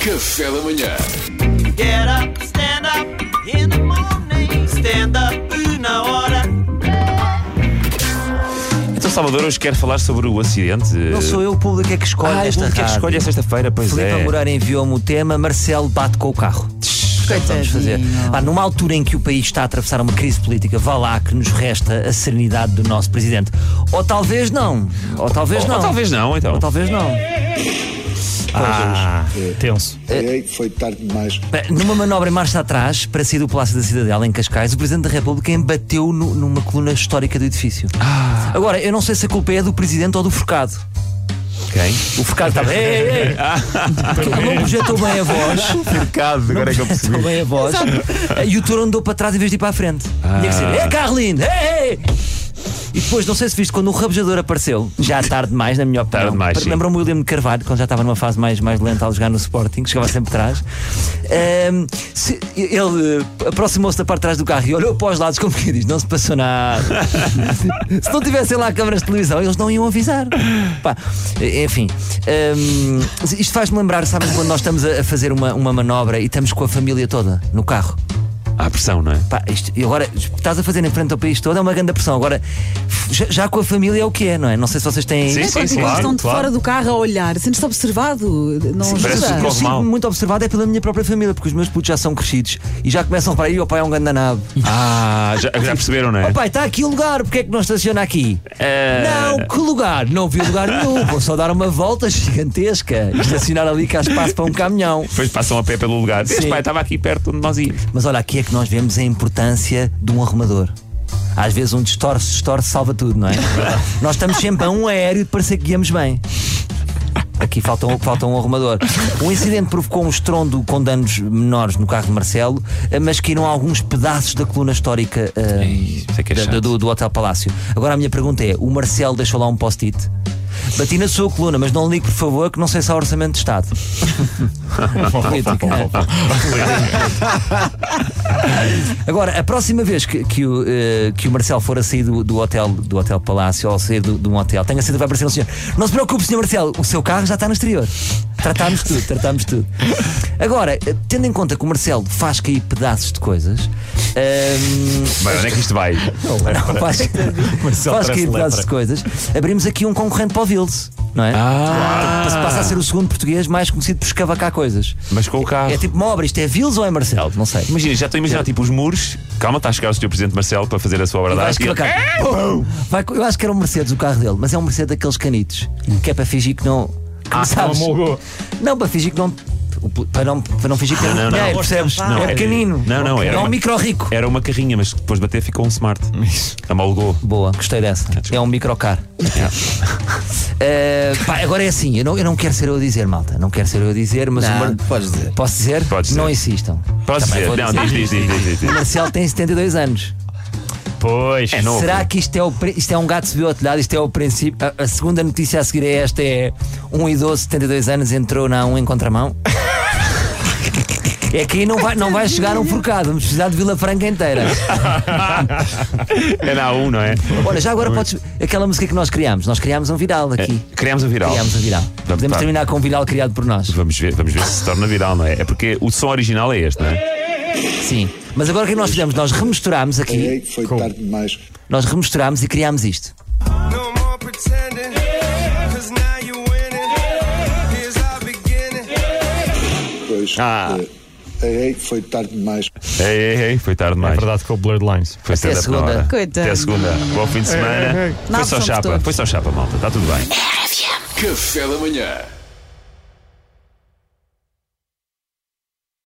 Café da manhã. Get up, stand up in the morning. Stand up na hora. Então, Salvador, hoje quero falar sobre o acidente. eh, Não sou eu, o público é que escolhe Ah, esta o que é que rádio. escolhe é sexta-feira, pois Filipe é. Amorar enviou-me o tema, Marcelo bate com o carro. Vamos fazer. Pá, numa altura em que o país está a atravessar uma crise política, vá lá que nos resta a serenidade do nosso presidente. Ou talvez não. Ou talvez Ou não. talvez não, então. Ou talvez não. Tenso. Ei, É. foi tarde demais. Pá, Numa manobra em marcha atrás, para sair do Palácio da Cidadela, em Cascais, o Presidente da República embateu no- numa coluna histórica do edifício. Ah. Agora, eu não sei se a culpa é do Presidente ou do Forcado. Quem? O Forcado estava. ei, ei, ei. Ah. Ele não projetou bem a voz. Mercado, agora é que eu Estou percebi. Tá bem a voz. E o touro andou para trás em vez de ir para a frente. Ah. Tinha que ser, é Carlin, é, é." E depois, não sei se viste, quando o rabejador apareceu, já tarde demais, na minha opinião. Tarde demais, sim. Lembram-me o William de Carvalho, quando já estava numa fase mais, mais lenta ao jogar no Sporting, chegava sempre atrás. Ahm, se- ele eh, aproximou-se da parte de trás do carro e olhou para os lados, como que diz, não se passou nada. se não tivessem lá câmaras de televisão, eles não iam avisar. Pá, enfim, hum, isto faz-me lembrar, sabem, quando nós estamos a a fazer uma, uma manobra e estamos com a família toda no carro. Há pressão, não é? Pá, isto- e agora estás a fazer em frente ao país todo, é uma grande pressão. Agora, f- já, já com a família é o que é, não é? Não sei se vocês têm. Sim, É quando sim, eles claro, estão de claro. fora do carro a olhar, sentes-te observado, não parece ajuda. um Eu corre mal. sinto muito observado é pela minha própria família, porque os meus putos já são crescidos e já começam a reparar, e o pai é um grande danado. Ah, já, já perceberam, não é? Eh, Oh, pai, está aqui o lugar, porque é que não estaciona aqui? Ah. Não, que lugar? Não vi lugar nenhum, vou só dar uma volta gigantesca e estacionar ali que há espaço para um caminhão. Depois passam a pé pelo lugar. Este Sim. pai estava aqui perto onde nós íamos. Mas olha, aqui é que nós vemos a importância de um arrumador. Às vezes um distorce, distorce, salva tudo, não é? Nós estamos sempre a um aéreo de parecer que guiamos bem. Aqui falta um, falta um arrumador. O incidente provocou um estrondo com danos menores no carro de Marcelo, eh, mas caíram alguns pedaços da coluna histórica eh, Ei, isso é que é da- chato. do, do Hotel Palácio. Agora a minha pergunta é: o Marcelo deixou lá um post-it? Bati na sua coluna, mas não ligue, por favor, que não sei se há orçamento de Estado. Política, não é? Agora, a próxima vez que, que o, eh, que o Marcelo for a sair do, do hotel, do hotel Palácio ou sair do- de um hotel, tenha sido, vai aparecer um senhor. Não se preocupe, senhor Marcelo, o seu carro já está no exterior. Tratámos tudo, tratámos tudo. Agora, eh, tendo em conta que o Marcelo faz cair pedaços de coisas. ehm, Bem, onde é que isto vai? não, faz, faz cair pedaços de coisas. Abrimos aqui um concorrente para o Vils, não é? Ah, Passa- Passa a ser o segundo português mais conhecido por escavacar coisas. mas com o carro. É tipo uma obra, isto é Vils ou é Marcelo? Não sei. Ah. Imagina, já estou a imaginar, tipo, os muros. Calma, está a chegar o Sr. Presidente Marcelo para fazer a sua obra E de vai arte. escavacar. Vai co- eu acho que era um Mercedes o carro dele, mas é um Mercedes daqueles canitos Hum. que é para fingir que não. Ah, Que não sabes. amolgou. Não, para fingir que não. o pl- Para não, para não fingir que Não, é Ah, não, dinheiro, não. percebes? Não, é era- pequenino. Não, não, era É um uma- micro rico. Era uma carrinha, mas depois de bater ficou um smart. Isso. Amolgou. Boa, gostei dessa. É um microcar. Eh, pá, agora é assim, eu não, eu não quero ser eu a dizer, malta. Não quero ser eu a dizer, mas. o Mar- podes dizer. Posso dizer? Podes dizer. Não insistam. Posso Também dizer? vou Não, dizer. diz, diz, diz, diz, diz, diz. O Marcelo tem 72 anos. Pois. É novo. Será que isto é, o, pri- isto é um gato que subiu ao telhado? Isto é o princípio. A, a segunda notícia a seguir é esta: é um idoso de 72 anos entrou na um em contramão. É que aí não vai, não vai chegar um forcado, vamos precisar de Vila Franca inteira. É na A1, não é? Olha, já agora podes. Aquela música que nós criámos, nós criámos um viral aqui. Criámos a viral. Criámos um viral. É. Vamos, Podemos pá. terminar com um viral criado por nós. Vamos ver, vamos ver se se torna viral, não é? É porque o som original é este, não é? Sim. Mas agora o que é que nós fizemos? Nós remosturámos aqui, Ei, foi tarde demais. nós remosturámos e criámos isto. No more pretending, cause now you're winning. Here's our beginning. Pois. Ah. eh, Ei, foi tarde demais. Ei, ei, ei, foi tarde É demais. verdade que o Blurred Lines. Foi Até stand-up na segunda. hora. Coitado. Até segunda. Bom fim de semana. ei, ei. Foi Nós só somos chapa. Tá todos. Foi só chapa, malta. Está tudo bem. Café da manhã.